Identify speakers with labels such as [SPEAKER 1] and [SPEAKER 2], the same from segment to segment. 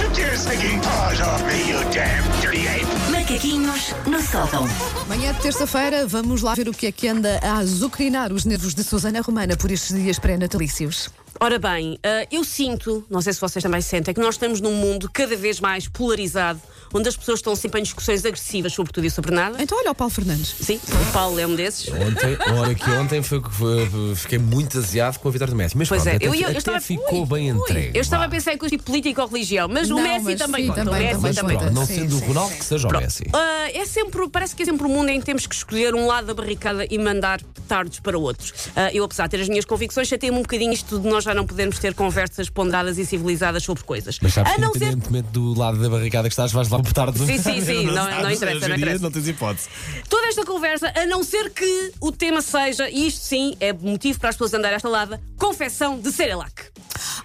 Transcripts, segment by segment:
[SPEAKER 1] taking paws off me, you damn dirty ape!
[SPEAKER 2] Macaquinhos no sótão.
[SPEAKER 3] Manhã de terça-feira, vamos lá ver o que é que anda a azucrinar os nervos de Susana Romana por estes dias pré-natalícios.
[SPEAKER 4] Ora bem, ah, eu sinto, não sei se vocês também sentem, que nós estamos num mundo cada vez mais polarizado, onde as pessoas estão sempre em discussões agressivas sobre tudo e sobre nada.
[SPEAKER 3] Então olha o Paulo Fernandes.
[SPEAKER 4] Sim, o Paulo é um desses.
[SPEAKER 5] Ontem, a hora que ontem foi que eh, fiquei muito aziado com a vitória do Messi. Mas
[SPEAKER 4] Pois
[SPEAKER 5] pronto,
[SPEAKER 4] é,
[SPEAKER 5] até,
[SPEAKER 4] eu, eu, eu
[SPEAKER 5] até
[SPEAKER 4] estava.
[SPEAKER 5] ficou
[SPEAKER 4] ui,
[SPEAKER 5] bem
[SPEAKER 4] ui.
[SPEAKER 5] entregue.
[SPEAKER 4] Eu estava
[SPEAKER 5] vá.
[SPEAKER 4] a pensar em coisas tipo política ou religião, mas o
[SPEAKER 3] Não,
[SPEAKER 4] Messi
[SPEAKER 3] mas
[SPEAKER 4] também
[SPEAKER 3] sim,
[SPEAKER 4] conta.
[SPEAKER 3] também,
[SPEAKER 4] o
[SPEAKER 3] também
[SPEAKER 4] Messi
[SPEAKER 5] Mas
[SPEAKER 4] também
[SPEAKER 3] conta.
[SPEAKER 5] pronto, não
[SPEAKER 3] Sim,
[SPEAKER 5] sendo
[SPEAKER 3] sim,
[SPEAKER 5] o Ronaldo que seja o Messi.
[SPEAKER 4] Ah, é sempre, parece que é sempre um mundo em que temos que escolher um lado da barricada e mandar petardos para outros. Ah, eu, apesar de ter as minhas convicções, chateia-me um bocadinho isto de nós já não podermos ter conversas ponderadas e civilizadas sobre coisas.
[SPEAKER 5] Mas sabes
[SPEAKER 4] a
[SPEAKER 5] que
[SPEAKER 4] não ser
[SPEAKER 5] independentemente do lado da barricada que estás, vais lá botar de
[SPEAKER 4] Sim, sim, sim, não- não interessa, não interessa.
[SPEAKER 5] tens hipótese.
[SPEAKER 4] toda esta conversa, a não ser que o tema seja, e isto sim é motivo para as pessoas andarem à estalada, confecção de Cerelac.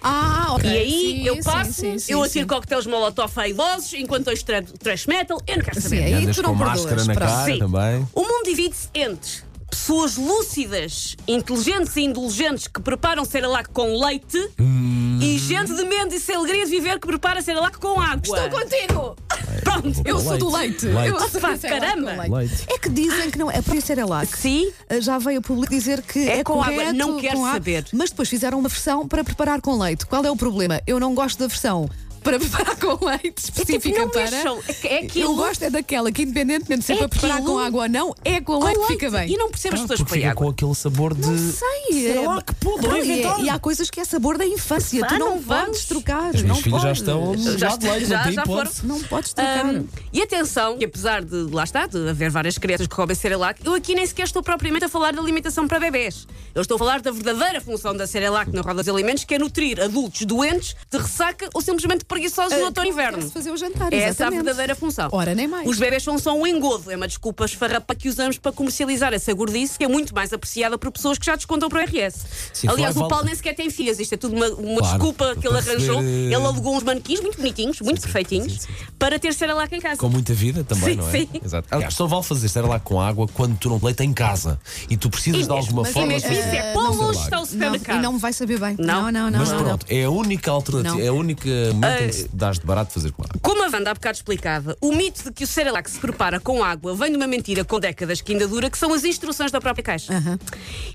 [SPEAKER 3] Ah, ok.
[SPEAKER 4] E aí
[SPEAKER 3] Sim,
[SPEAKER 4] eu
[SPEAKER 3] sim,
[SPEAKER 4] passo,
[SPEAKER 3] sim, sim,
[SPEAKER 4] eu assim
[SPEAKER 3] sim.
[SPEAKER 4] atiro coquetéis molotov a idosos, enquanto eu estrando trash metal, eu não quero
[SPEAKER 3] Sim, é
[SPEAKER 4] saber.
[SPEAKER 3] aí
[SPEAKER 5] E andas
[SPEAKER 3] tu não
[SPEAKER 5] com
[SPEAKER 3] perdoas.
[SPEAKER 5] máscara na
[SPEAKER 3] pronto.
[SPEAKER 5] cara. Ah, também.
[SPEAKER 4] O mundo divide-se entre pessoas lúcidas, inteligentes e indulgentes que preparam Cerelac com leite
[SPEAKER 5] Hum.
[SPEAKER 4] e gente de mente e sem alegria de viver que prepara Cerelac com água.
[SPEAKER 3] Estou contigo!
[SPEAKER 4] Pronto,
[SPEAKER 3] Eu sou do leite.
[SPEAKER 5] Leite.
[SPEAKER 3] Eu
[SPEAKER 5] Leite.
[SPEAKER 3] sou do
[SPEAKER 4] Pá,
[SPEAKER 3] leite.
[SPEAKER 4] caramba.
[SPEAKER 5] Leite.
[SPEAKER 3] É que dizem que não. A própria Cerelac
[SPEAKER 4] Sim.
[SPEAKER 3] eh, já veio a público dizer que é,
[SPEAKER 4] É com água,
[SPEAKER 3] correto,
[SPEAKER 4] não quero
[SPEAKER 3] com água,
[SPEAKER 4] saber.
[SPEAKER 3] Mas depois fizeram uma versão para preparar com leite. Qual é o problema? Eu não gosto da versão para preparar com leite
[SPEAKER 4] É tipo,
[SPEAKER 3] específica
[SPEAKER 4] não
[SPEAKER 3] para.
[SPEAKER 4] mexam. É que- É
[SPEAKER 3] Eu
[SPEAKER 4] aquilo.
[SPEAKER 3] gosto é daquela que, independentemente de ser
[SPEAKER 4] É
[SPEAKER 3] para preparar
[SPEAKER 4] aquilo
[SPEAKER 3] com água ou não, é com,
[SPEAKER 4] com
[SPEAKER 3] leite que
[SPEAKER 4] leite.
[SPEAKER 3] fica bem.
[SPEAKER 4] E não percebo as pessoas
[SPEAKER 5] Ah, Porque
[SPEAKER 4] que põem
[SPEAKER 5] fica
[SPEAKER 4] água.
[SPEAKER 5] com aquele sabor de.
[SPEAKER 3] Não sei.
[SPEAKER 5] Sei
[SPEAKER 3] é-
[SPEAKER 5] lá, que pulo,
[SPEAKER 3] Não, e, é-
[SPEAKER 5] inventaram.
[SPEAKER 3] e há coisas que é sabor da infância.
[SPEAKER 4] Pá,
[SPEAKER 3] tu não,
[SPEAKER 4] não vamos.
[SPEAKER 3] podes trocar.
[SPEAKER 5] As minhas
[SPEAKER 3] não
[SPEAKER 5] filhas já
[SPEAKER 3] podes.
[SPEAKER 5] estão já de
[SPEAKER 4] está-
[SPEAKER 5] leite,
[SPEAKER 4] já- Hum,
[SPEAKER 5] não tem
[SPEAKER 4] já foram.
[SPEAKER 5] hipótese.
[SPEAKER 3] Não podes trocar.
[SPEAKER 4] Ahm, e atenção, que apesar de, lá está, de haver várias crianças que comem Cerelac, eu aqui nem sequer estou propriamente a falar de alimentação para bebés. Eu estou a falar da verdadeira função da Cerelac na roda dos alimentos, que é nutrir adultos doentes de ressaca ou simplesmente preguiçosos no
[SPEAKER 3] Ah,
[SPEAKER 4] outono e inverno.
[SPEAKER 3] apetece fazer o jantar,
[SPEAKER 4] é essa a
[SPEAKER 3] exatamente.
[SPEAKER 4] verdadeira função.
[SPEAKER 3] Ora, nem mais.
[SPEAKER 4] Os bebés são só um engodo, é uma desculpa esfarrapa que usamos para comercializar essa gordice, que é muito mais apreciada por pessoas que já descontam para o RS.
[SPEAKER 5] Sim,
[SPEAKER 4] Aliás,
[SPEAKER 5] falar
[SPEAKER 4] o
[SPEAKER 5] vale-
[SPEAKER 4] Paulo nem sequer tem filhas, isto é tudo uma, uma
[SPEAKER 5] Claro,
[SPEAKER 4] desculpa que ele
[SPEAKER 5] para receber,
[SPEAKER 4] arranjou.
[SPEAKER 5] eh,
[SPEAKER 4] Ele alugou uns manequins muito bonitinhos, muito perfeitinhos,
[SPEAKER 5] sim, sim.
[SPEAKER 4] para ter Cerelac em casa.
[SPEAKER 5] Com muita vida também,
[SPEAKER 4] Sim,
[SPEAKER 5] não é?
[SPEAKER 4] sim.
[SPEAKER 5] Exato. Aliás, só vale fazer estar lá com água quando tu não leite em casa e tu precisas
[SPEAKER 4] E
[SPEAKER 5] de alguma
[SPEAKER 4] mesmo, e
[SPEAKER 5] forma.
[SPEAKER 4] mesmo isso é
[SPEAKER 5] fazer
[SPEAKER 4] quão
[SPEAKER 5] um
[SPEAKER 4] longe
[SPEAKER 5] trabalho.
[SPEAKER 4] está o
[SPEAKER 3] Não,
[SPEAKER 4] supermercado.
[SPEAKER 3] e não me vai saber bem.
[SPEAKER 4] Não.
[SPEAKER 3] não, não.
[SPEAKER 5] Mas
[SPEAKER 3] não, não.
[SPEAKER 5] pronto, é a única alternativa,
[SPEAKER 3] Não. Ah.
[SPEAKER 5] é a única momento em que dás de barato fazer com água.
[SPEAKER 4] Como a Wanda há bocado explicava, o mito de que o Cerelac se prepara com água vem de uma mentira com décadas que ainda dura, que são as instruções da própria caixa.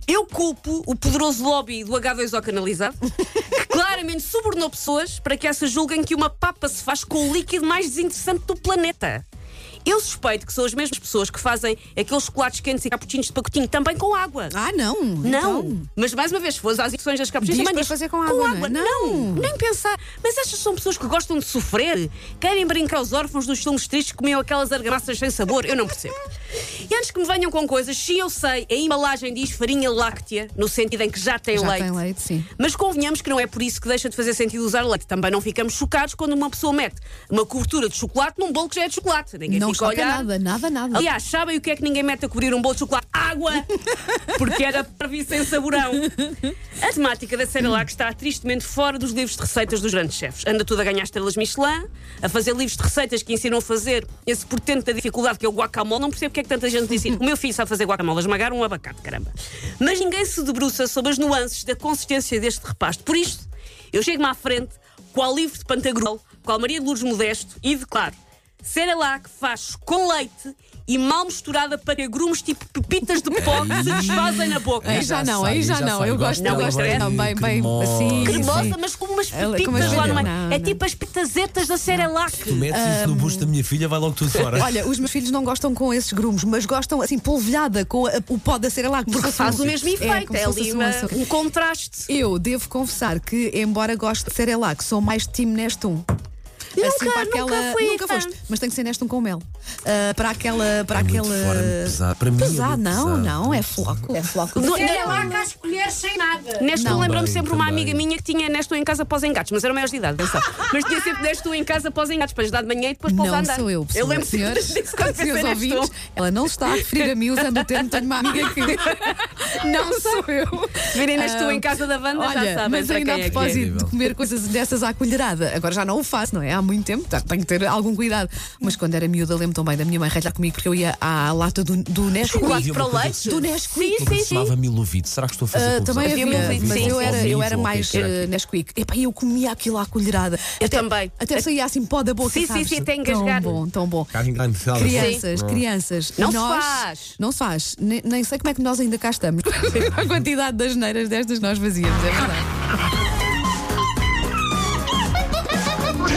[SPEAKER 4] Eu culpo o poderoso lobby do H2O canalizado, que claramente subornou pessoas para que essas julguem que uma papa se faz com o líquido mais desinteressante do planeta. Eu suspeito que são as mesmas pessoas que fazem aqueles chocolates quentes e capuchinhos de pacotinho também com água.
[SPEAKER 3] Ah, não.
[SPEAKER 4] Não,
[SPEAKER 3] Então,
[SPEAKER 4] mas mais uma vez, se fores às instruções das capuchinhas,
[SPEAKER 3] Diz
[SPEAKER 4] também
[SPEAKER 3] para
[SPEAKER 4] diz,
[SPEAKER 3] fazer com água, não é?
[SPEAKER 4] Não,
[SPEAKER 3] Não.
[SPEAKER 4] nem pensar. Mas estas são pessoas que gostam de sofrer, querem brincar os órfãos dos filmes tristes que comiam aquelas argamassas sem sabor. Eu não percebo. E antes que me venham com coisas, sim, eu sei, a embalagem diz farinha láctea, no sentido em que já tem
[SPEAKER 3] Já
[SPEAKER 4] leite.
[SPEAKER 3] tem leite, sim.
[SPEAKER 4] Mas convenhamos que não é por isso que deixa de fazer sentido usar leite. Também não ficamos chocados quando uma pessoa mete uma cobertura de chocolate num bolo que já é de chocolate. Ninguém
[SPEAKER 3] não
[SPEAKER 4] fica a
[SPEAKER 3] choca
[SPEAKER 4] olhar.
[SPEAKER 3] nada, nada, nada.
[SPEAKER 4] Aliás, sabem o que é que ninguém mete a cobrir um bolo de chocolate? Água! Porque era para vir sem saborão. A temática da Cerelac está tristemente fora dos livros de receitas dos grandes chefes. Anda tudo a ganhar estrelas Michelin, a fazer livros de receitas que ensinam a fazer esse portento da dificuldade que é o guacamole. Não percebo porque é que tanta gente ensina. O meu filho sabe fazer guacamole, esmagar um abacate, caramba. Mas ninguém se debruça sobre as nuances da consistência deste repasto. Por isto, eu chego-me à frente, qual livro de Pantagruel, qual Maria de Lourdes Modesto e declaro Cerelac faz com leite e mal misturada para grumes tipo pepitas de pó que se desfazem na boca.
[SPEAKER 3] Aí já não, aí já não. Eu gosto, eu
[SPEAKER 4] Não,
[SPEAKER 3] gosto.
[SPEAKER 4] gosto é
[SPEAKER 3] Não, bem, bem,
[SPEAKER 5] cremosa.
[SPEAKER 3] assim.
[SPEAKER 4] Cremosa,
[SPEAKER 3] sim.
[SPEAKER 4] mas com umas
[SPEAKER 3] Ela-
[SPEAKER 4] pepitas
[SPEAKER 3] com umas
[SPEAKER 4] lá no meio.
[SPEAKER 3] pepitas.
[SPEAKER 4] É
[SPEAKER 3] Não,
[SPEAKER 4] tipo as pitazetas da Cerelac.
[SPEAKER 5] Tu metes isso no busto da minha filha, vai logo tudo fora.
[SPEAKER 3] Olha, os meus filhos não gostam com esses grumos, mas gostam assim, polvilhada com a- o pó da Cerelac.
[SPEAKER 4] Porque faz o mesmo efeito.
[SPEAKER 3] como
[SPEAKER 4] É
[SPEAKER 3] se
[SPEAKER 4] ali
[SPEAKER 3] fosse um
[SPEAKER 4] uma-
[SPEAKER 3] açúcar.
[SPEAKER 4] um contraste.
[SPEAKER 3] Eu devo confessar que, embora goste de Cerelac, sou mais um. de time Nestum.
[SPEAKER 4] Nunca, nunca fui
[SPEAKER 3] Assim, Nunca
[SPEAKER 4] fã.
[SPEAKER 3] foste, mas tem que ser Nestum com mel. Ah, para aquela... Para
[SPEAKER 5] É muito
[SPEAKER 3] aquela...
[SPEAKER 5] fora, muito pesado. Para mim é
[SPEAKER 3] Pesado,
[SPEAKER 5] muito
[SPEAKER 3] não,
[SPEAKER 5] pesado.
[SPEAKER 3] não. É floco. É floco.
[SPEAKER 4] Do-
[SPEAKER 6] Cerelac às colheres sem nada.
[SPEAKER 4] Neste
[SPEAKER 3] Não.
[SPEAKER 4] lembro-me
[SPEAKER 5] Também,
[SPEAKER 4] sempre uma
[SPEAKER 5] também.
[SPEAKER 4] amiga minha que tinha Neste um em casa pós engates, mas era maior de idade, atenção. Mas tinha sempre Neste um em casa pós engates para ajudar de manhã e depois para os
[SPEAKER 3] Não
[SPEAKER 4] andar.
[SPEAKER 3] sou eu, pessoa,
[SPEAKER 4] Tipo, Eu lembro sempre
[SPEAKER 3] senhores,
[SPEAKER 4] disso quando
[SPEAKER 3] senhores
[SPEAKER 4] pensei Nestum.
[SPEAKER 3] ouvintes, ela não se está a referir a mim usando o termo, tenho uma amiga que não sou eu.
[SPEAKER 4] Virem Nestum
[SPEAKER 3] Ah,
[SPEAKER 4] um em casa da Wanda, já
[SPEAKER 3] Olha,
[SPEAKER 4] sabem
[SPEAKER 3] mas
[SPEAKER 4] para
[SPEAKER 3] ainda a
[SPEAKER 4] quem é que é.
[SPEAKER 3] propósito de
[SPEAKER 5] Incrível.
[SPEAKER 3] comer coisas dessas à colherada, agora já não o faço, não é? Há muito tempo, tá, tenho que ter algum cuidado. Mas quando era miúda, lembro lembro tão bem da minha mãe ralhar comigo porque eu ia à lata do, do Nesquik.
[SPEAKER 5] Sim,
[SPEAKER 4] Leite para o leite?
[SPEAKER 3] Do Nesquik.
[SPEAKER 4] Sim,
[SPEAKER 5] Porque
[SPEAKER 4] sim,
[SPEAKER 5] se
[SPEAKER 4] sim.
[SPEAKER 5] chamava Milovito. Será que estou a fazer
[SPEAKER 3] Ah,
[SPEAKER 5] confusão?
[SPEAKER 3] também
[SPEAKER 4] Havia
[SPEAKER 3] havia,
[SPEAKER 4] Milovito,
[SPEAKER 3] mas
[SPEAKER 4] sim,
[SPEAKER 3] eu
[SPEAKER 4] sim,
[SPEAKER 3] era,
[SPEAKER 5] sim.
[SPEAKER 3] eu era
[SPEAKER 5] Ou o que é
[SPEAKER 3] mais
[SPEAKER 5] que era
[SPEAKER 3] eh,
[SPEAKER 5] aquilo?
[SPEAKER 3] Nesquik. Epá, eu comia aquilo à colherada.
[SPEAKER 4] Eu também.
[SPEAKER 3] Até saía assim pó da boca,
[SPEAKER 4] Sim, sim,
[SPEAKER 3] sabes?
[SPEAKER 4] sim, até
[SPEAKER 3] Tão
[SPEAKER 4] engasgar.
[SPEAKER 3] bom, tão bom.
[SPEAKER 5] Cá em grande sala.
[SPEAKER 3] Crianças, crianças.
[SPEAKER 4] Não se
[SPEAKER 3] nós,
[SPEAKER 4] faz.
[SPEAKER 3] Não se faz. Nem, nem sei como é que nós ainda cá estamos. a quantidade das neiras destas nós fazíamos, é verdade.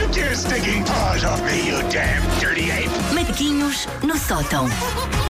[SPEAKER 1] Take your stinking paws off me, you damn dirty ape!
[SPEAKER 2] Macaquinhos no sótão.